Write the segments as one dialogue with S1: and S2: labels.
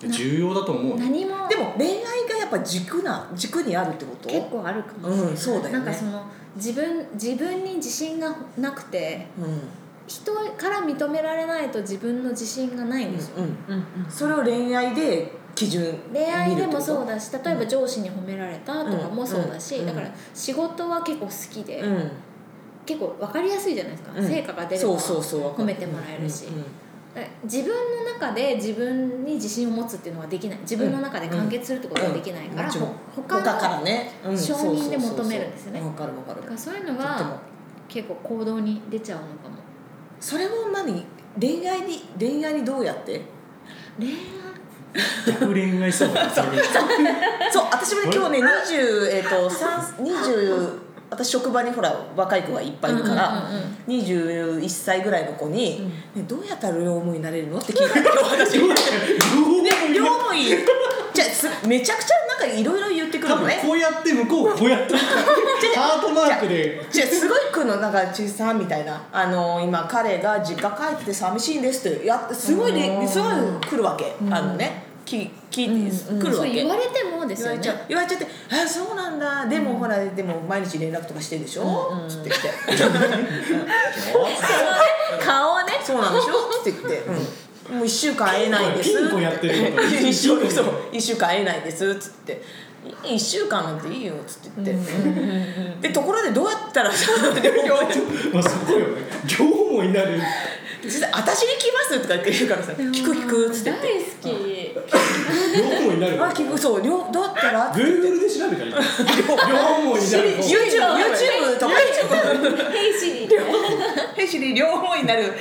S1: 重要だと思う
S2: 何も
S3: でも恋愛がやっぱ軸な軸にあるってこと
S2: 結構あるかもしれない、
S3: うんそうだよね
S2: なんかその自分自分に自信がなくて
S3: うん
S2: 人から認められないと自分の自信がないんですよ、
S3: うん
S4: うんうん
S3: それを恋愛で基準
S2: 恋愛でもそう
S3: だ
S2: だし例えば上司に褒められたとかもそうだし、
S3: うんうん
S2: だから仕事は結構好きで、
S3: うん
S2: 結構分かりやすいじゃないですか、
S3: うん
S2: 成果が出れば
S3: そうそうそう
S2: 褒めてもらえるし
S3: うんうん
S2: だから自分の中で自分に自信を持つっていうのができない自分の中で完結するってことができないから、
S3: もちろん
S2: ほ他
S3: 他
S2: の
S3: からね、うん
S2: 承認で求めるんですよね
S3: そうそうそうそうわかるわ
S2: だ
S3: か
S2: か
S3: る
S2: らそういうの
S3: とっても
S2: が結構行動に出ちゃうのかも
S3: それは何恋愛に恋愛にどうやって
S2: 恋愛
S1: 逆恋愛相談それ
S3: そう私もね今日ね20えっ、と3 20私職場にほら若い子がいっぱいいるから、
S2: うんうんうん
S3: 21歳ぐらいの子に、ねどうやったら両思いになれるのって聞いたの私両思いじゃあすめちゃくちゃなんかいろいろ言ってくる
S1: 多
S3: の
S1: 分
S3: ね
S1: こうやって向こうこうやってハートマークで
S3: じゃあすごい来るのなんかちいさんみたいなあの今彼が実家帰ってて寂しいんですってやすごいねすごい来るわけ、あのねき聞いて、来る
S2: そ
S3: わ
S2: う
S3: け
S2: 言われてもです
S3: 言わ
S2: よ
S3: れ
S2: ね
S3: ちゃう言われちゃって「あそうなんだでも、ほらでも毎日連絡とかしてるでしょ」っつってきて「顔ねそうなんで しょ」って言って、うんもう1週間会えないです」
S1: ピンポンやってること
S3: 一週そう一週間会えないです」っつって「1週間なんていいよ」っつって言って、でところでどうやったらさ両方
S1: まあそこよね両思いになる
S3: 実際私に来ます」とか言ってるからさ「聞く聞く」っつって言って。
S2: 大好き
S1: 両思いになる
S3: あ聞くそう両どうやったら
S1: Google で調べたらいい両思いになる
S3: YouTube, YouTube とか
S2: ヘイシリ
S3: 両兵士に両方になる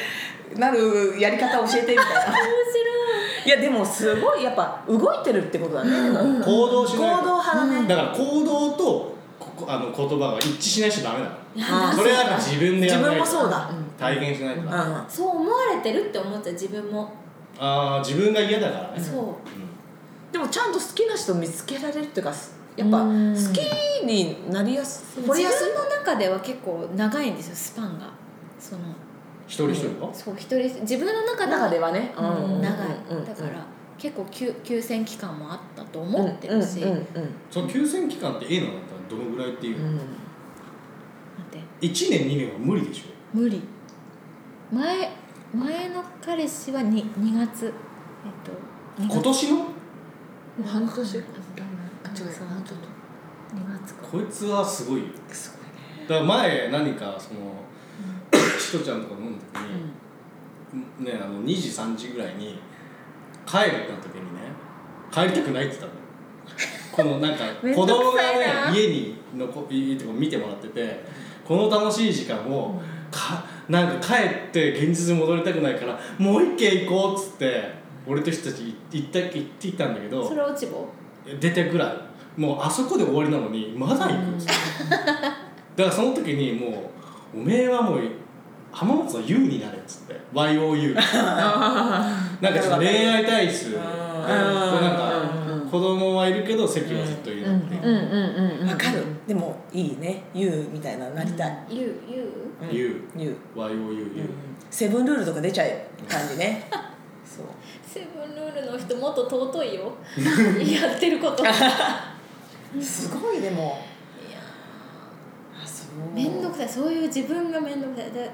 S3: なるやり方教えてみたいないやでもすごいやっぱ動いてるってことだね、でも
S1: 行動しないと
S3: 行動派だね、
S1: だから行動とここあの言葉が一致しないとダメだ
S3: あー
S1: それはやっぱ自分で
S3: 自
S1: やらない
S3: 分
S1: と
S3: もそうだ、
S1: 体現しないとダメ、あ
S3: うん
S2: そう思われてるって思っちゃう自分も、
S1: あー自分が嫌だからね
S2: そ
S3: でもちゃんと好きな人見つけられるっていうかやっぱ
S2: うん
S3: 好きになりやす
S2: う
S3: 惚れ
S2: 自
S3: やすい
S2: 分の中では結構長いんですよスパンがその
S1: 一人一人の
S2: そう一人自分の中で
S3: 中ではね、
S2: うん長い、
S3: うん
S2: だから結構休休戦期間もあったと思ってるし、
S3: うんうん
S1: その休戦期間って A のだったらどのぐらいっていう、
S3: うんうん
S2: 待って
S1: 一年二年は無理でしょ
S2: 無理前前の彼氏は 2, 2月えっと
S1: 今年の
S3: もう半年
S2: うん
S3: あ違う
S2: そう
S3: もうちょっ
S2: 2月か
S1: こいつはすごいよ
S3: とすごいね
S1: だから前何かそのしとちゃんとか飲んだ時に、ねあの2時3時ぐらいに帰るってなった時にね帰りたくないって言ったのこのなんか
S2: めん
S1: 子
S2: どくさいな
S1: 供がね家にのこいいとこ見てもらっててこの楽しい時間をかなんか帰って現実に戻りたくないからもう一軒行こうっつって俺と人たち行った行ってきたんだけど
S2: それ落ちぼ
S1: 出てぐらいもうあそこで終わりなのにまだ行くんですよだからその時にもう「おめえはもう浜松の U になれ」っつって「YOU」なんかちょっと恋愛体質こうなんか子供はいるけど席はずっといるっていう
S4: うんうんうん
S3: わかるでもいいね「言う」みたいなのなりたい
S2: ゆうゆう
S3: うん
S1: 「U」
S3: 「言う」
S1: 「YOUU
S3: セブンルールとか出ちゃう感じねそう
S2: セブンルールの人もっと尊いよ やってる こと
S3: すごいでもあそう
S2: 面倒くさいそういう自分が面倒くさいで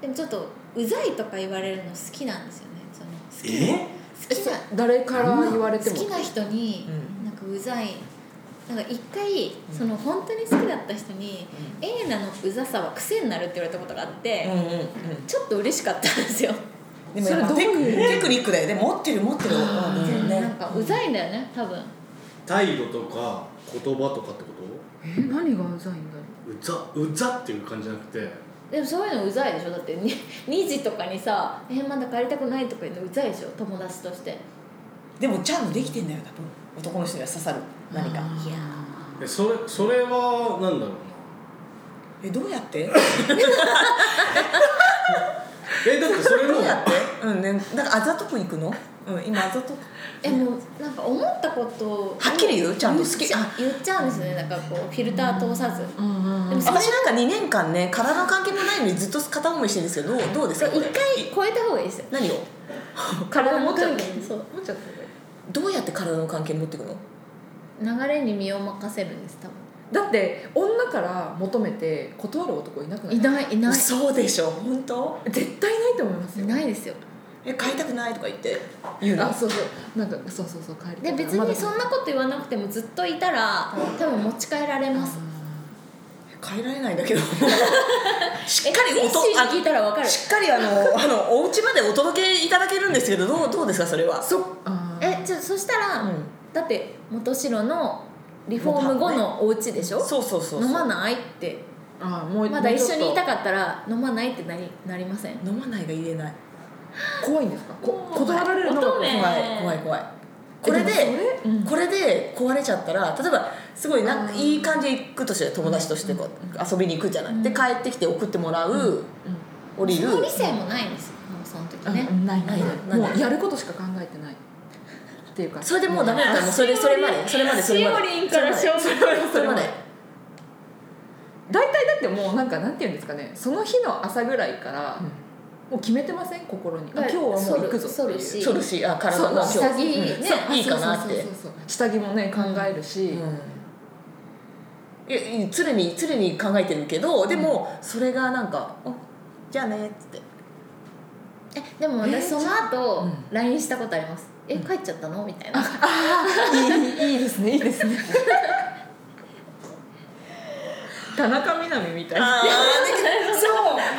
S2: でもちょっとうざいとか言われるの好きなんですよねその好」きな
S1: え
S2: 好
S4: 誰から言われて
S2: きな
S4: も
S2: 好きな人に
S3: う
S2: なんかうざいなんか一回その本当に好きだった人に「エイナのうざさは癖になる」って言われたことがあって、
S3: うんうんうん
S2: ちょっと嬉しかったんですよ、
S3: でもやっぱ
S4: そ
S3: テ
S4: れどう
S3: ク
S4: いう
S3: テクニックだよね持ってる持ってるうん
S2: なんかうざいんだよね多分
S1: 態度とか言葉とかってこ
S4: え何がうざいんだろ
S1: とうざうざっていう感じじゃなくて
S2: でもそういうのうざいでしょだってに2時とかにさ「えまだ帰りたくない」とか言うのうざいでしょ友達として
S3: でもちゃんとできてんだよ多分男の人には刺さる何
S2: い
S3: か
S2: や
S1: えそれそれはなんだろうな
S3: えどうやって
S1: えだってそれ
S3: ど
S1: も
S3: うやってうんねなんかあざとく行くのうん今あざとく
S2: えもうなんか思ったことを
S3: はっきり言うちゃんと好き
S2: 言っちゃ言っちゃうんですよねなんかこうフィルター通さず、
S4: ううんうん
S2: でもそれ
S3: 私なんか2年間ね体の関係もないのにずっと片思いしてるんですけどどうどうですか
S2: そう
S3: こ
S2: 一
S3: れ
S2: 回超えた方がいいですよ
S3: 何を
S2: 体
S4: も
S2: 持っちゃう
S4: そう
S2: そう
S4: 持っちゃった
S3: どうやって体の関係持っていくの
S2: 流れに身を任せるんです多分
S4: だって女から求めて断る男いなくない
S2: いないいない
S3: そうでしょ本当
S4: 絶対ないと思います
S2: い
S4: よ
S2: ないですよ
S3: え買いたくないとか言って言うの
S4: あそうそうなんかそうそうそう帰り
S2: で別にそんなこと言わなくてもずっといたら多分持ち帰られます
S3: 変えられないんだ けどしっかり
S2: え
S3: 音
S2: ミッシー
S3: あ
S2: に聞いたらわかる
S3: しっかり あのあのお家までお届けいただけるんですけどどうどうですかそれは
S4: そあー
S2: えじゃあそしたら、
S3: うん
S2: だって元城のリフォーム後のお家でしょ、
S3: そうそうそうそう
S2: 飲まないって
S4: あーもう
S2: まだ一緒にいた
S4: か
S2: かったら飲まないってなりなりません
S3: 飲まないが言えない
S4: 怖いんですかこ
S2: もう
S4: 断られるのが
S2: 乙女
S4: 怖
S3: 怖
S4: い
S3: い怖い怖いこれで
S4: えもそれうん
S3: これで壊れちゃったら例えばすごいなんか
S4: あー
S3: いい感じで行くとして友達としてこう遊びに行くじゃない、
S2: うん
S3: で帰ってきて送ってもらう、降り
S2: そ
S3: る
S2: の理性もないんですよもうその時ね、
S4: うんないない
S3: な
S4: ないい
S3: ない
S4: もうやることしか考えてないっていうか
S3: それでもうダメだったらもうそれそれまでそれまでそれまで
S2: しおりんからしおりん
S3: それまでそれまで
S4: 大体だってもうなんかなんて言うんですかねその日の朝ぐらいからもう決めてません心にあ
S2: は
S4: 今
S2: い
S4: 日はもう行くぞ
S2: 剃る
S4: っていう
S2: 剃
S3: う
S2: る
S3: ん
S2: し
S3: そうだしあ体が今日
S2: そう下着
S3: うん
S2: ね
S3: そういいかなっ
S4: そう
S3: て
S4: そうそうそう下着もね考えるし、
S3: いやいや常に常に考えてるけどでもそれがなんか「あじゃあね」っつって
S2: えでも私その後
S3: うん
S2: LINE したことあります「え帰っちゃったの?」みたいな「
S4: いいいいですねいいですね田中みな実みたいな
S3: ああ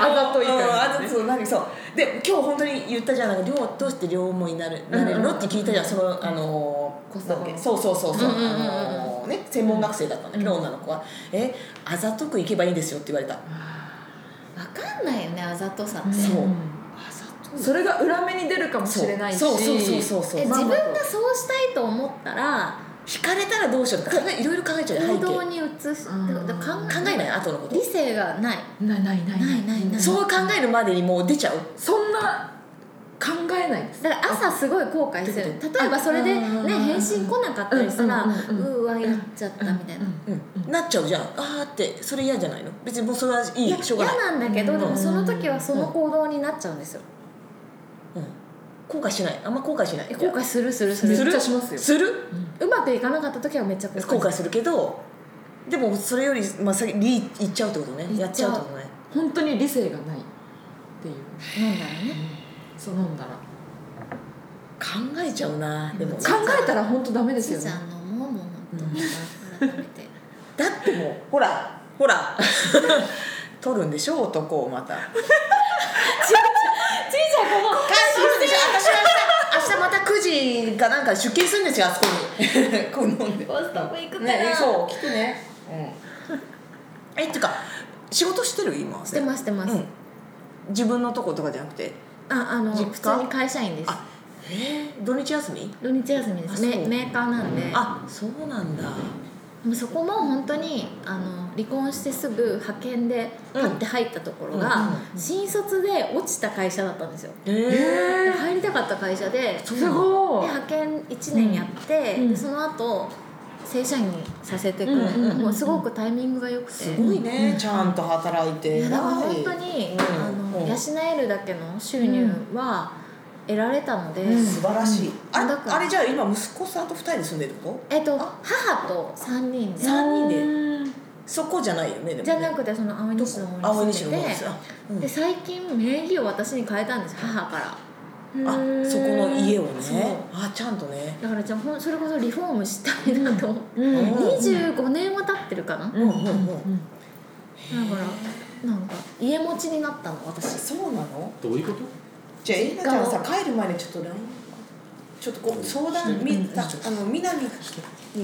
S3: そう
S4: あざとい
S3: うんあ
S4: 感
S3: ざ
S4: じ、ね、
S3: そう何そうで今日本当に言ったじゃんなんか両どうして両思いになるなれるのって聞いたじゃんそのあのー
S4: コストコの
S3: なんだっけそうそうそうそう
S2: うんうんうんうん
S3: あのーね専門学生だったんだけど女の子は「えあざとく行けばいいんですよ」って言われたあ
S2: 分かんないよねあざとさって」
S3: そうんざと
S4: それが裏目に出るかもしれないし
S3: そうそうそうそうそう
S2: え
S3: まあ
S2: 自分がそうしたいと思ったら
S3: 惹かれたらどうしようとか考えいろいろ考えちゃうよ
S2: 行
S3: 背景
S2: 動に移す
S4: うん
S2: だから考
S3: 考えない後のこと
S2: 理性がない
S4: ないないない
S2: ないないない
S3: そう考えるまでにもう出ちゃう
S4: そんな考えないです
S2: だから朝すごい後悔する
S3: どういうこ
S2: 例えばそれで
S4: あうんうん
S2: ね
S4: うん
S2: 返信来なかったりしたら
S4: う
S2: うん
S4: うんうん
S2: ーわやっちゃったみたいな
S3: うん、なっちゃうじゃんああってそれ嫌じゃないの別にもうそれはい
S2: いや
S3: いしょ
S2: 嫌
S3: うがない、
S2: なんだけどで
S3: うん
S2: もその時はその行動になっちゃうんですよ
S3: うん、後悔しないあんま後悔しない
S2: え後悔するするす
S3: め
S4: め
S3: っちゃ
S4: っち
S2: る
S4: ゃしますよ
S3: する
S2: うまくいかなかった時はめっちゃ後
S3: 後
S2: 悔
S3: 悔
S2: す
S3: するけどでもそれより、まあ、先に行っちゃうってことね
S4: 行っちゃう
S3: やっちゃうってことね
S4: 本当に理性がないっていう
S2: るなんだろうね
S4: そう飲んだら
S3: 考えちゃうなでも
S4: 考えたら本当ダメです
S2: ち
S4: よね
S2: ゃんのもうもう
S3: うん
S2: 改めて
S3: だってもうほらほら 取るんでしょ男をまたちいちゃんこの返すんでしょ私は明日明日また9時かなんか出勤するんですよあそこに こう飲んで
S2: コストコ行くから
S3: ね、そう聞くね、うん、えっていうか仕事してる今
S2: してますしてます
S3: うん、自分のとことかじゃなくて
S2: ああの
S3: 実家
S2: 普通に会社員です
S3: あえー、土日休み
S2: 土日休みで
S3: あ
S2: す
S3: そう
S2: メメーカーなんで
S3: あそうなんだ
S2: でもそこも本当にあの離婚してすぐ派遣で
S3: うん
S2: パッて入ったところ
S3: うん
S2: が
S3: うん、
S2: 新卒で落ちた会社だったんですよ、
S3: え
S2: で
S3: ー、
S2: 入りたかった会社で
S3: そう
S4: すご
S2: で
S4: い
S2: 派遣1年やって、
S4: うん
S2: でその後正社員にさせてくれ
S4: うんうんうんうん
S2: もうすごくタイミングが良くて
S3: すごいね、ちゃんと働いて
S2: いやだから本当に、
S3: うん
S2: あの
S3: うん
S2: 養えるだけの収入は得られたので、
S4: うん
S3: 素晴らしい、
S4: うん
S3: あれ
S2: だから
S3: あれじゃあ今息子さんと二人で住んでるってこと
S2: えっと母と3人で
S3: 三人で
S4: で
S3: そこじゃないよねでもね
S2: じゃなくてその青い
S3: ど
S2: 西の
S3: こ
S2: 方
S3: 青い
S2: に
S3: 西
S2: 住
S3: の
S2: ん
S3: 方
S2: で
S3: で
S2: て
S3: すあ、うん
S2: で最近名義を私に変えたんです母から
S3: あそこの家を
S2: そう
S3: ねあちゃんとね
S2: だからじゃあほんそれこそリフォームしたいなと思って
S4: うんうん
S3: うん
S2: 25年は経ってるかなだか
S3: うんうんうん
S2: らなんか家持ちになったの私
S3: そうなの
S1: どういうこと
S3: じゃあエイナちゃんさ帰る前にちょっと LINE ちょっとこう相談みなあのみなみに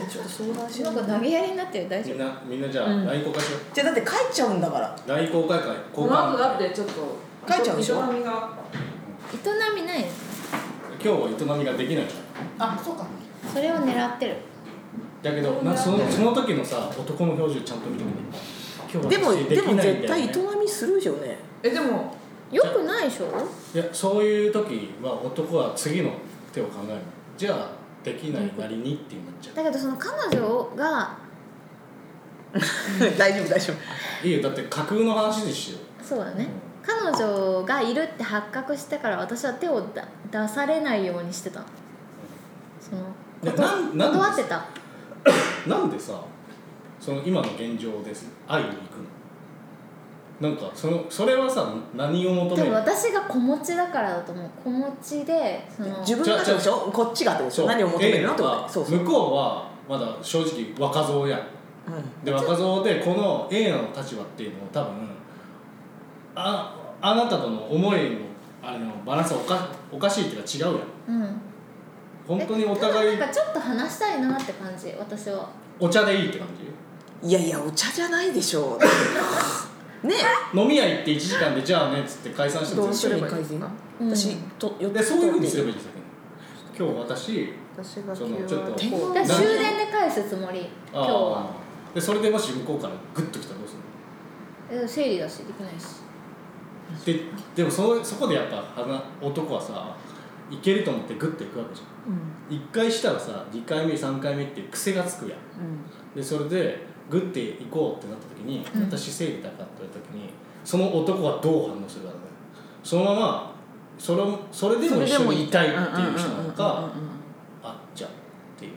S3: ちょっと相談し
S2: な
S3: な
S2: ん
S3: が
S2: から投げやりになってる大丈
S1: み
S2: 夫
S1: んなみんなじゃあ
S4: うん
S1: LINE 交換しよ
S3: じゃあだって帰っちゃうんだから
S1: う LINE 交換会
S4: こ
S1: 交
S4: の後
S1: 換
S4: だっ
S1: 会
S4: てちょっと
S3: 帰っちゃうでしょ
S4: 営みが
S2: 営みないです
S1: 今日は営みができないから
S3: あそうか
S2: それを狙ってる
S1: だけどなそのその時のさ男の表情ちゃんと見てみて今日
S3: でも
S1: は私
S3: で
S1: きない
S3: も
S1: んだよね
S3: 絶対営みするよね
S4: えでも
S2: よくないでしょ
S1: いやそういう時は男は次の手を考えるじゃあできないなりにってなっちゃ
S2: だけどその彼女が
S3: 大丈夫大丈夫
S1: ういいよだって架空の話でしよ
S2: そうだね彼女がいるって発覚してから私は手をだ出されないようにしてたのその
S1: でなんなんで
S2: 断ってた
S1: なんでさその今の現状です会いに行くのなんかそのそれはさ何を求
S2: 多
S1: め
S2: 分
S1: る
S2: 私が子持ちだからだと思う子持ちでその
S3: 自分がってことでしょこっちがってことでし
S1: そう
S3: ょ何を求めるのってこと
S1: A
S3: だ
S1: は
S3: よそうそう、
S1: 向こうはまだ正直若造やん
S3: う
S1: で若造でこの A の立場っていうのを多分ああなたとの思いのあれのバランスはおかおかしいっていうか違うやん
S2: うん
S1: 本当にお
S2: え
S1: 互い
S2: ただなんかちょっと話したいなって感じ私は
S1: お茶でいいって感じ
S3: ん、いやいやお茶じゃないでしょね
S1: 飲み屋行って1時間でじゃあねっつって解散して
S4: ど
S1: も
S4: う
S1: 全
S4: すればいい
S3: 改
S4: です
S3: 善
S4: か
S2: うん
S3: 私とよ
S1: 然でそういうふうにすればいいんですよ今日私
S4: 私が
S1: そのちょっと
S4: 急
S2: だ
S4: は
S2: から終電で返すつもり今日は
S1: あーでそれでもし向こうからグッときたらどうするの
S2: え生理だしできないし
S1: ででもそそこでやっぱ花男はさいけると思ってグッといくわけじゃ
S4: うん
S1: ん1回したらさ2回目3回目って癖がつくやん
S4: うん
S1: でそれでグッて行こうってなった時に、
S2: うん
S1: 私生理だからって言った時にその男はどう反応するかだねそのままそれをそれでも一緒にいたいっていう人なのか
S4: うんうんうんうん
S1: あっちゃっていう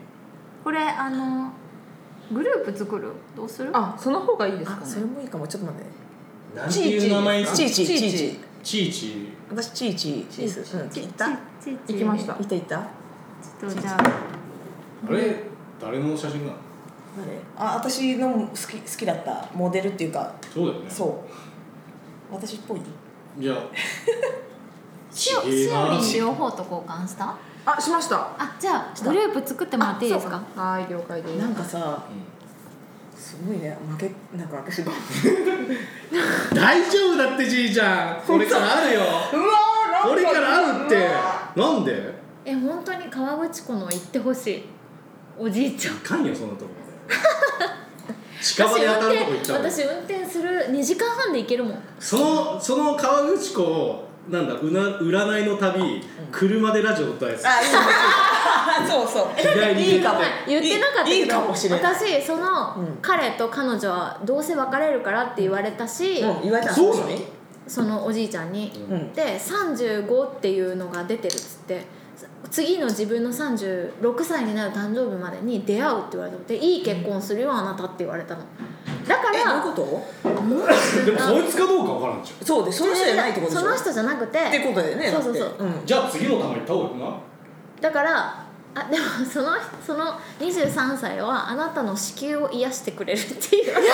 S5: これあのグループ作るどうする
S4: あその方がいいです
S3: あ
S4: か
S3: それ
S4: ね
S3: もいいかもちょっと待ってね
S1: なんていう名前にす
S3: ち
S1: る
S3: いちい
S4: ちい
S3: ち
S4: ち
S3: いち
S1: ちいち
S3: 私ちいちいですうん
S5: ち
S3: 行った行
S5: ちち
S4: 行きました
S3: った行った
S5: ちょっとじゃあ
S1: あれ誰の写真なの
S3: 誰あ私の好き好きだったモデルっていうか
S1: そうだよね
S3: そう私っぽい
S1: じゃあ
S5: しお
S1: ちげえ
S5: し
S1: な
S5: おりん両方と交換した
S4: あしました
S5: あじゃあグループ作ってもらっていいですか
S4: はい了解です
S3: なんかさ
S1: う
S3: すごいね負けなんか私が
S1: ん大丈夫だってじいちゃんこれからあるよ
S3: うわーなんか
S1: 俺からあるってなんで
S2: え本当に川口湖の行ってほしいおじいちゃん
S1: いかんよそんなとこで近場で当たるとこ行っちゃう
S2: 私運転私運転する2時間半で行けるもん
S1: そのその川口湖をなんだうな占いの旅車でラジオ歌えす
S3: あいいねあ そうそう
S1: 左に
S3: いいかも
S2: 言ってなかったけど
S3: いいいいかもしれない
S2: 私その、
S3: うん
S2: 彼と彼女はどうせ別れるからって言われたし、
S3: うん言われた
S1: そうなの
S2: そのおじいちゃんに、
S1: うん
S2: で35っていうのが出てるっつって次の自分の36歳になる誕生日までに出会うって言われたのでいい結婚するよあなたって言われたのだか
S3: えどういう
S2: ら
S3: こと
S1: でもそいつかどうかわからんじゃ
S3: そうでその人じゃないってことでしょ
S2: その人じゃなくて
S3: ってことだよね
S2: そうそうそう
S3: だってん
S1: んじゃあ次の玉行った方がいい
S2: だからあでもそのその23歳はあなたの子宮を癒してくれるっていう
S1: かな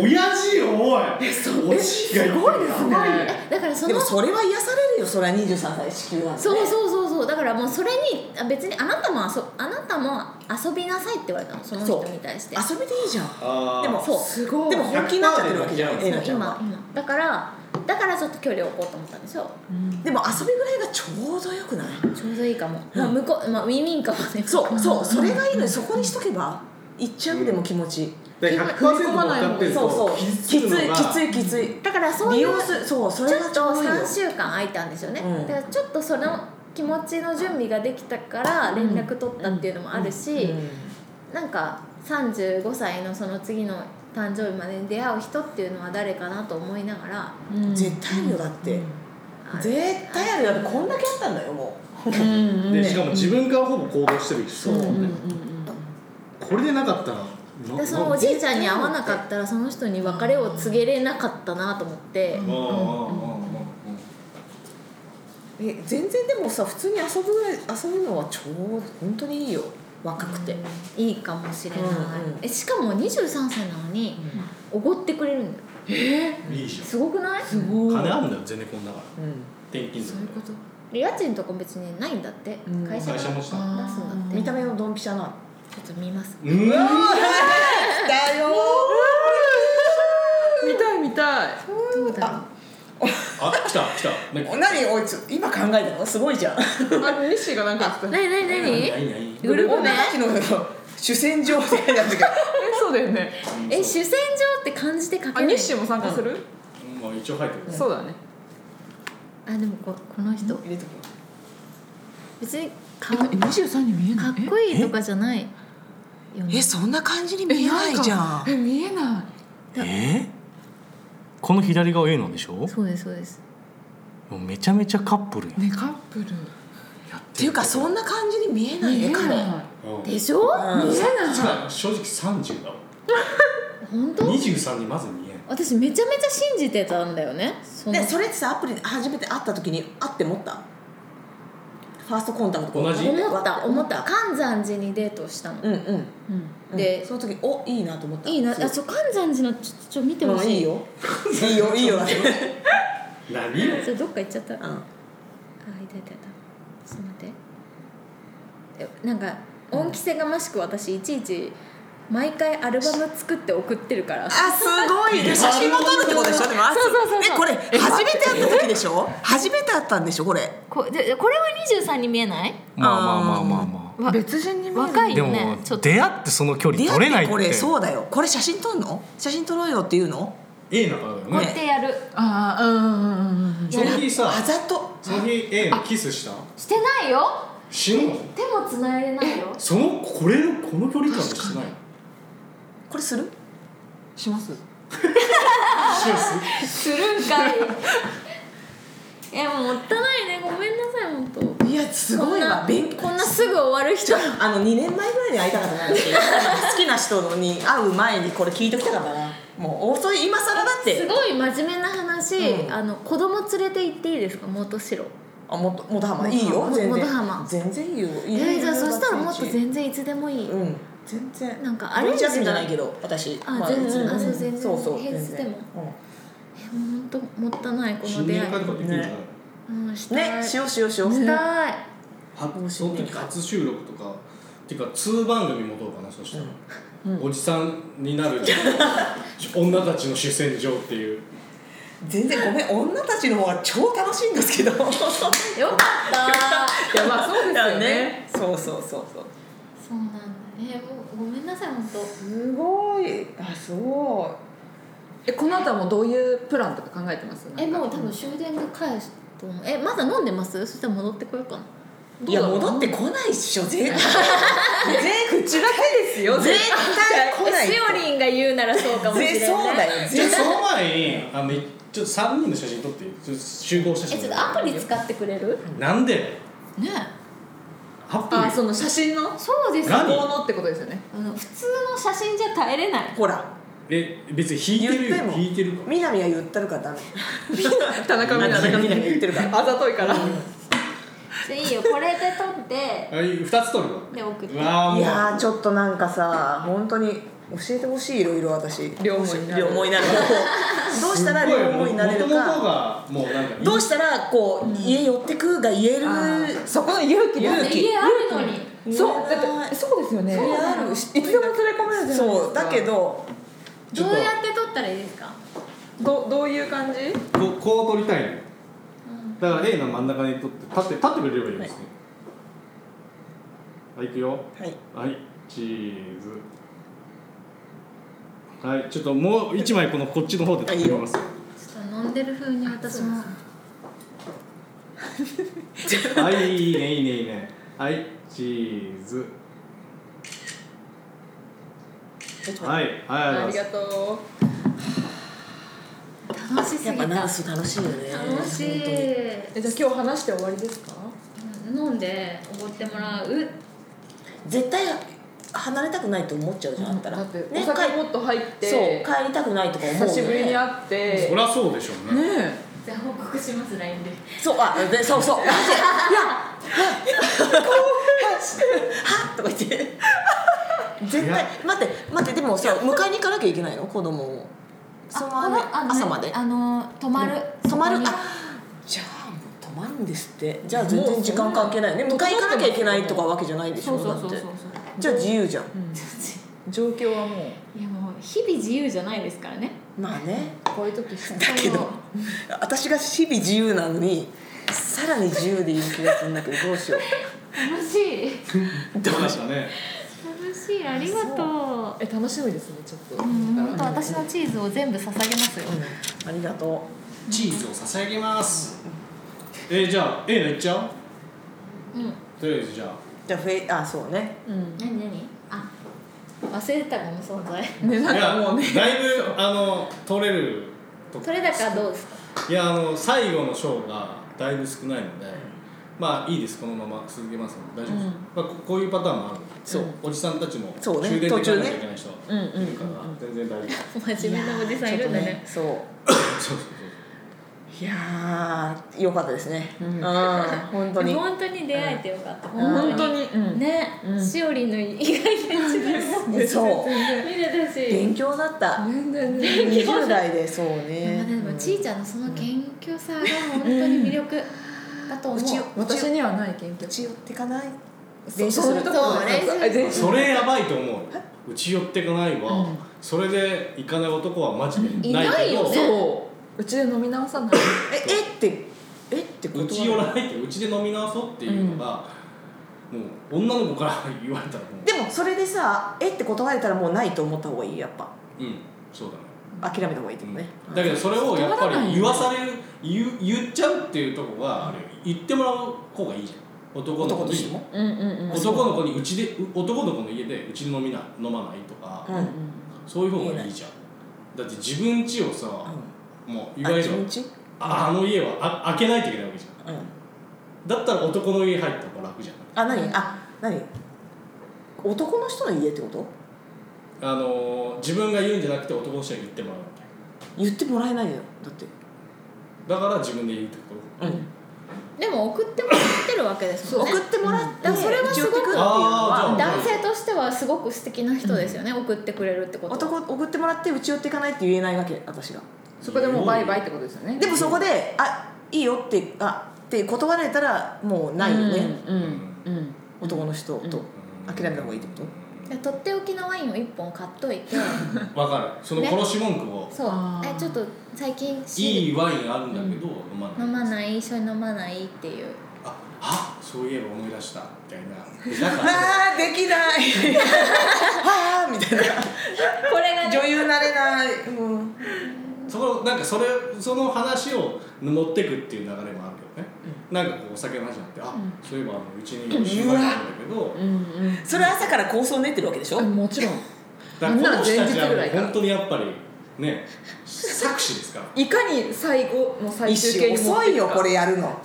S1: 親父よおいおじいがすごいですね
S2: だからそ
S3: で
S2: の
S3: もそれは癒されるよそれは23歳子宮は
S2: そうそうそうそうだからもうそれにあ別にあなたもあそあなたも遊びなさいって言われたのその人
S3: そう
S2: に対して
S3: 遊びでいいじゃん
S1: あー
S3: でも
S2: そう
S4: すごい
S3: でも本気になっちゃってるわけじゃん
S1: 100%
S3: えなちゃん
S2: 今
S3: は
S2: 今だからだからちょっと距離を置こうと思ったんでしょ
S4: うん
S3: でも遊びぐらいがちょうどよくない
S2: ちょうどいいかも、まあ向こう、まあ、ウィンウィンかもね
S3: そうそうそれがいいのにそこにしとけば行っちゃうでも気持ち
S1: で100%も当たってる
S3: そうそ
S1: と
S3: う
S1: 傷
S3: きついき
S1: つくのが
S3: ついきつい
S2: だからそう
S3: 利
S2: いう
S3: 用するそうそ
S2: ち
S3: れ
S2: ょ
S3: が
S2: っ
S3: ち
S2: と
S3: ょうどいいよ
S2: 3週間空いたんですよね、
S3: うん
S2: だからちょっとその気持ちの準備ができたから連絡取ったっていうのもあるし、
S3: うん
S2: なんか35歳のその次の誕生日までに出会う人っていうのは誰かなと思いながら
S4: うん
S3: 絶対あるよだって、
S2: あ
S3: 絶対あるよだってこんだけあったんだよも
S4: うんうん
S1: でしかも自分からほぼ行動してるし
S3: そう
S4: うんうんうん
S1: これでなかったら
S2: でそのおじいちゃんに会わなかったらその人に別れを告げれなかったなと思って、
S1: うんうんうんうん
S3: うえ全然でもさ普通に遊ぶぐらい遊ぶのは超本当にいいよ若くて、
S2: いいかもしれない、
S3: うんうん
S2: えしかも23歳なのにおごってくれるんだよ
S1: うんいいじゃん
S2: すごくない
S4: すごい
S1: 金あんだよ全然こんだから
S3: うん
S1: 転勤
S4: そ
S1: 族
S4: う
S1: で
S4: いうこと
S2: で家賃とか別にないんだって、
S3: うん
S2: 会社が
S1: 会
S2: 出
S1: 社
S2: すんだ
S1: も
S2: っ
S1: してたう
S2: ち
S3: 見た目のドンピシャな
S2: ょっと見ます
S1: ーん
S3: だよ
S4: 見たい見たい
S2: どうだろう
S1: あ来た来た 猫
S3: 何おいつ今考えたのすごいじゃん
S4: あミッシーがなんか言ってた
S2: なになになに
S1: 何何
S2: グループ名
S3: さっきの主戦場みたいなやつが
S4: えそうだよね
S2: え主戦場って漢字で書け
S4: あ
S2: ない
S4: ミッシーも参加する
S1: うんまあ一応入ってる
S4: そうだね
S2: あでもここの人
S3: 入れとくわ
S2: 別にか
S4: え
S2: かっ
S4: 二十三に見えない
S2: こいいとかじゃないよね
S3: そんな感じに
S4: え見えない
S6: えこの左側 A なんでしょ
S2: そうですそうです
S6: もうめちゃめちゃカップルやん
S4: ねカップル
S6: やって
S3: いうかそん
S6: な
S3: な感じに見えないね彼
S1: うん
S2: でしょ
S3: うん
S4: 見えない
S1: しかも正直30だもん
S2: 本当
S1: 23にまず見えん
S2: 私めちゃめちゃ信じてたんだよねその
S3: でそれってさアプリで初めて会った時に会って思ったファーストコンタクト
S1: 同じ
S2: 思った思った関山寺にデートしたの、
S3: うんうんうん
S2: で
S3: その時おいいなと思った
S2: いいな
S3: そう
S2: あそう関山寺のちょっとちょ見てほ
S3: うん
S2: しい,、
S3: いいよいいよいい よだって
S1: 何よ
S2: それどっか行っちゃった、
S3: うん
S2: あいたいたいたちょっと待ってえなんか恩着せがましく私いちいち毎回アルバム作って送ってるから
S3: あすご いで写真も撮るってことでしょでもあ
S2: そうそうそうそう
S3: ねこれ初めて会った時でしょ初めて会ったんでしょこれ
S2: こでこれは23に見えない
S6: まあまあまあまあま
S2: わ
S4: 別人に見える
S2: 若
S6: あ
S2: い
S6: で
S2: よ
S6: も、
S2: ねちょっと
S6: 出会ってその距離
S3: 出
S6: 取れな
S3: 会
S6: い
S3: っ
S6: ってて
S3: これそうだよこれ写真撮んの写真撮ろうよっていうの
S1: A の方だよ
S2: こう
S1: ね
S2: やってやる
S4: ああうんうんうんうん
S1: その日さ
S3: あざと
S1: その日 A のキスした
S2: してないよ
S1: 死ぬの
S2: 手もつないでないよ
S1: そのこれのこの距離感でしてない
S3: これする
S4: しま
S1: し
S4: す
S1: ま す
S2: するんかい えもったいないねごめんなさい本当
S3: いやすごいわ
S2: こ
S3: 勉
S2: んなこんな すぐ終わる人なの
S3: あの2年前ぐらいに会いたかったな私好きな人に会う前にこれ聞いときたかったなもう遅い今更だっ
S2: す
S3: て
S2: ごい真面目な話、
S3: うん
S2: あの子供連れて行っていいですか元城
S3: あもっと元浜いいよ
S2: 元
S3: 全然
S2: 元浜
S3: 全然いいよ
S2: え
S3: いいよ
S2: じゃあそしたらもっと
S3: 全然
S2: 全然いつでもいい、
S3: うん全然
S2: なんかアレンジ
S3: ジャズじゃないけど私
S2: あ全然
S3: いつも
S2: あそう全然
S3: そうそう
S2: 平日でもえ
S3: うん
S2: もう本当もったいないこ
S1: 新
S2: の
S1: 年
S2: 出会
S1: 会とかできるんじゃない、
S3: ね
S2: い、うん、したい、
S3: ね、し
S2: し
S3: ようしようしよう。
S2: たい
S1: は
S3: もう
S1: そ
S3: 新
S1: の
S3: 年会
S1: 時初収録とかっていうか2番組持とうかなそしたら、おじさんになる女たちの主戦場っていう
S3: 全然ごめん、女たちの方が超楽しいんで すけど。よか
S2: よ か った
S4: いやまあそうですよね。
S3: そうそうそうそう。
S2: そうなんだねもうごめんなさい本当
S3: すごい。あ、すご。
S4: えこの後はもうどういうプランとか考えてます
S2: えもう多分終電で返すと思うえまだ飲んでますそしたら戻ってこようかない
S3: いや、
S4: どうだろう
S3: 戻ってこ ないっしょ、絶対。絶
S4: 口だけですよ
S3: 対。絶対来ない
S2: え
S3: と。
S2: しおりんが言うならそうかもしれない
S3: ぜそうだよ。
S1: じゃあ
S3: 絶
S1: その前にあのいちょっと3人の写真撮っていいちょっと集合写
S2: え
S1: 真
S2: ちょっとアプリ使ってくれる
S1: なんで
S2: ね
S1: アプ
S4: あ
S1: リ
S4: その写真の
S2: そうです
S1: 何
S4: 効能ってことですよね。
S2: あの普通の写真じゃ耐えれない
S3: ほら、
S1: え別に引いてるよ
S3: 言っても
S1: 引いてるか
S3: 南が言ったるからダメ。
S4: 田中 みな
S3: 田
S4: 実
S3: 中みな実言ってるから。
S4: あざといから。
S2: じゃあいいよこれで撮って
S1: らあいい2つ撮るわ
S2: で送って
S1: うわーも
S3: いうやーちょっとなんかさ本当に教えてほしいいろいろ私
S4: 両思いになる
S3: 両思いになる どうしたら
S1: すっごい
S3: 両思いになれる
S1: もともと
S3: か
S1: がもうなんか
S3: どうしたらこう家寄ってくが言える
S4: そこの勇気
S3: 勇気
S2: 家あるのに
S4: そうだってそうですよね。
S3: 家ある
S4: いつでも連れ込めるじゃないですか。
S3: そうだけど
S1: ちょ
S2: ど
S1: っ
S2: うやって撮ったらいいですか
S4: どどういう感じ？
S1: とこうこう撮りたいのだから A の真ん中に撮って立って立ってくれればいいですねはい、いくよ
S3: はい
S1: はい、チーズ。はい、ちょっともう一枚このこっちの方で撮ってみます。
S2: ちょっと飲んでる風に私も
S1: はい、いいね、いいね、いいね。はい、チーズ。はい、はい、あ
S4: あ
S1: り
S4: り
S1: が
S4: がと
S2: 楽しす
S3: やっ
S2: ぎ
S3: ぱ
S2: た
S3: ナー
S2: 楽
S3: ス楽しいよね
S2: し
S3: 本当
S2: い
S3: に
S4: う。えじゃあ今日話して終わりですか？
S2: 飲んでおごってもらう
S3: 絶対離れたくないと思っちゃうじゃんあんたら
S4: だってお
S3: 帰
S4: 酒もっと入っ
S3: そう
S4: て、
S3: 帰りたくないとか思うよね
S4: 久しぶりに会っ
S1: とう。
S4: て
S1: そ。りゃそうでしょうね。
S4: ね
S2: じゃあ報告します LINE で
S3: そうあでそう そういやはっとか言って絶
S1: い
S3: 対
S1: や
S3: 待って待ってでもさ迎えに行かなきゃいけないの子供をその
S2: このあの
S3: 朝まで
S2: あの泊まる
S3: 泊まる
S2: そこに
S3: あじゃあもう泊まるんですってじゃあ全然時間関係ないよね迎
S4: もう
S3: え行かなきゃいけないとかわけじゃないでし
S2: そ
S3: ょ
S2: うそうそうそう
S3: だっ
S2: そ
S3: て
S2: う
S3: じゃあ自由じゃん
S4: 状況はもう
S2: いやもう日々自由じゃないですからね
S3: まあね
S4: こういう時しか
S3: だけど私が日々自由なのにさらに自由でいい気がするんだけどどうしよ
S2: 楽しい
S1: どうでしたね。
S2: 楽しいありがとう
S4: え楽しみですねちょっと。
S2: うん本当
S4: だから
S2: 私のチーズを全部捧げますよ
S3: う、うん、ありがと
S1: チーズを差し上げます。えー、じゃあ、A のいっちゃう。
S2: うん
S1: とりあえず、じゃあ。
S3: うじゃあフェイあそうね
S4: うん。
S2: 何何あ忘れてたこの存在
S4: ねなんかもうね。
S1: いやだいぶ、あの、取れるとこ。
S2: 取れ高どうですか
S1: いやあの最後の章がだいぶ少ないのでまあいいですこのまま続けますので大丈夫です、
S3: うん
S1: まあ、ここういうパターンもあるので
S3: そう
S1: おじさんたちも
S3: そうね
S1: 終電で行
S3: 途
S1: か
S3: 中
S1: な
S3: ね
S1: きゃいけない人
S3: うんうん
S1: いるから全然大丈夫
S2: 真面目なおじさんいるんだね
S3: そう
S1: そうそう
S3: いやーよかったですねうん本当に
S2: 本当に出会えてよかった、
S3: 本当にうん
S2: ね、
S3: うん
S2: しおりんの意外な一面も
S3: そう
S2: 見れたし
S3: 勉強だった
S4: 全然
S3: 20代でそう
S2: でも
S3: ね
S2: ねでもちいちゃんのその謙虚さが本当に魅力だと思う、
S3: うちよ
S4: 私にはない研
S3: う
S4: 究
S3: ち寄ってかない
S4: 練習するとこ
S2: そう練習
S4: なんか
S1: そうそれやばいと思うようち寄ってかないわ、それで行かない男はマジでないけど
S2: いないよね
S4: そううちで飲み直さない
S3: ええってえってこと
S1: うち寄らないってうちで飲み直そうっていうのが、もう女の子から言われたらも
S3: でもそれでさえって断られたらもうないと思った方がいいやっぱ
S1: ううんそうだね
S3: 諦めた方がいいってことね、
S1: うんだけどそれをやっぱり言わされる言う言っちゃうっていうとこがあるよ言ってもらう方がいいじゃん男の
S3: 男
S1: 子
S3: として
S1: に
S3: も
S4: うんうんうん
S1: 男の子にうちでう男の子の家でうちで飲みな飲まないとか、
S3: うん、うん
S1: そういう方がいいじゃんだって自分家をさ、もうい
S3: あ
S1: わゆ
S3: 自
S1: る
S3: 分家
S1: ああの家はあ開けないといけないわけじゃん
S3: うん
S1: だったら男の家入った方が楽じゃん
S3: あ何あ何男の人の家ってこと
S1: あのー自分が言うんじゃなくて男の人に言ってもらうわけ
S3: 言ってもらえないよだって
S1: だから自分で言うってこと
S3: うん
S2: でも送ってもらってるわけですもんね
S3: 送ってもらって、
S2: だからそれはすごく
S3: 一応送ってくるっていうの
S1: あーじゃあ
S3: は
S2: 男性としてはすごく素敵な人ですよね、送ってくれるってこと
S3: 男送ってもらってうち寄っていかないって言えないわけ私が
S4: そこでもうバイバイってことですよね
S3: でもそこで「あいいよ」ってあって断られたらもうないよね、
S4: うんうんうん
S3: 男の人と、
S1: うん
S3: 諦めた方がいいってこと
S2: でとっておきのワインを1本買っと いて
S1: わかるその
S2: ね
S1: 殺し文句を、
S2: そう
S4: あー
S2: えちょっと最近
S1: い
S2: し
S1: いワインあるんだけど、飲まない
S2: 飲まない一緒に飲まないっていう
S1: ああそういえば思い出したみたいなだから
S3: あーできない ああみたい
S2: これが
S3: な
S2: ね
S3: 女優なれない、うん、
S1: そこなんかそれその話を持ってくっていう流れもあるけどね、なんかこうお酒の話になってあ、そういえばあのうちにシュワインあるんだけど
S3: それ朝から構想練ってるわけでしょ、
S4: あもちろん
S1: だからこ
S4: な
S1: の
S4: んなら
S1: 人
S4: 前
S1: た
S4: 日
S1: ちはも
S4: ぐら
S1: う
S4: いから
S1: 本当にやっぱりね作詞ですから
S4: いかに最後の最
S3: 一
S4: 終
S3: 周
S4: 形に持っ
S3: 遅
S4: て
S3: い
S4: く
S3: よ
S4: か
S3: これや るの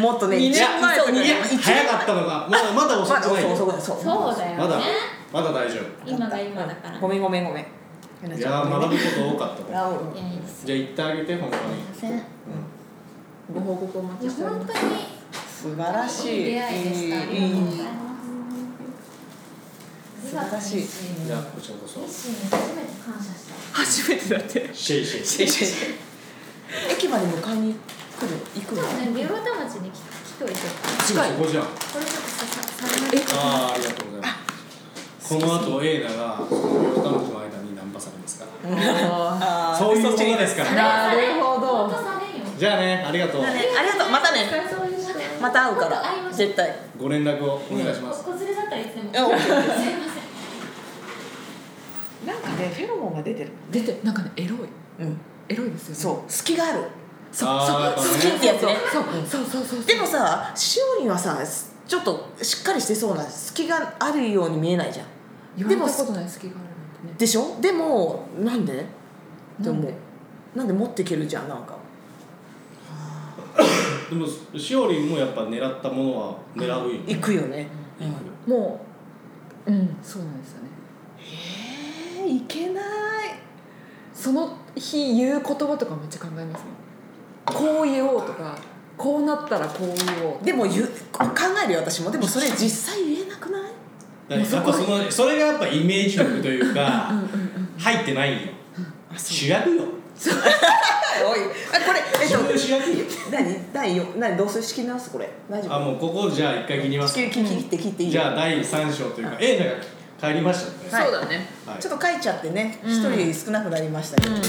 S3: もっとね
S4: 二
S3: 一
S4: 年前とかね
S3: そう二年前
S1: 早かったのがまだまだ遅
S3: まだ
S1: くない
S3: そう
S1: よ
S3: そうそう
S2: そうだよね
S1: まだまだ大丈夫
S2: 今が今だから
S3: ごめんごめんごめん
S1: いやー学ぶこと多かったね
S3: あうん
S2: いやいいです
S1: じゃあ言ってあげて本当に
S2: すいません
S4: ご報告お待
S2: いや
S4: ちしており
S2: 本
S4: ます
S2: 当に
S3: 素晴らしい
S2: いい出会いでしたあ
S3: い
S2: りがとうござい
S3: い
S2: ます
S3: 素晴らしい
S1: じゃあこちらこそ
S2: ミッシーに初めて感謝した
S3: 初めてだって
S1: シェイシェイ
S3: 駅まで迎えに来る行く
S2: で
S3: の
S2: もね、龍和田町に来来といて
S1: 近いここじゃん
S2: これちょっとささされな
S1: ああありがとうございますこの後エイナがその両端の間にナンパされますから
S4: あ
S3: あー
S1: そういうことですか
S4: ー
S1: ら
S4: なるほ
S2: ほん
S4: ど
S2: とされんよ
S1: じゃあねありがとう
S3: だねありがとうまたね
S2: そういう人
S3: また会うか
S2: 本当会い
S3: ら
S2: ましょう
S3: 絶対
S1: ご連絡をお願いします
S2: 子連れだったらいつでも
S3: あオッケーオッケー
S2: すいません
S3: なんかねフェロモンが出てる
S4: 出てなんかねエロい
S3: うん
S4: エロいですよね
S3: そう隙があるそ
S1: あー
S3: そ
S1: やっぱ
S3: 好
S1: ね
S3: きってやつね
S4: そうそうそうそうそう
S3: でもさしおりんはさちょっとしっかりしてそうな隙があるように見えないじゃん
S4: 言われたことない隙があるなんてね
S3: でしょでもなんでで
S4: なん
S3: も
S4: で
S3: なんで持っていけるじゃんなんか
S1: でもしおりんもやっぱ狙ったものは狙うよね
S3: 行くよね、うん
S4: もううんそうなんですよね
S3: えー、いけない
S4: その日言う言葉とかめっちゃ考えますねこう言おうとかこうなったらこう言おう
S3: でもゆ考えるよ私もでもそれ実際言えなくない
S1: だからやっぱそのそれがやっぱイメージ力というか入ってないんよ主役よ
S3: おいあこれえっ
S1: 自分
S3: と
S1: 主役よ
S3: 何第四何どうする仕切り直すこれ大丈
S1: あもうここじゃあ一回切りま
S3: 夫
S1: す
S3: 仕切り切切って切っていい
S1: じゃあ第3章というかエイナが帰りましたね
S3: はい
S4: だね
S1: はい
S3: ちょっと書いちゃってね一、人少なくなりましたけど、
S1: はい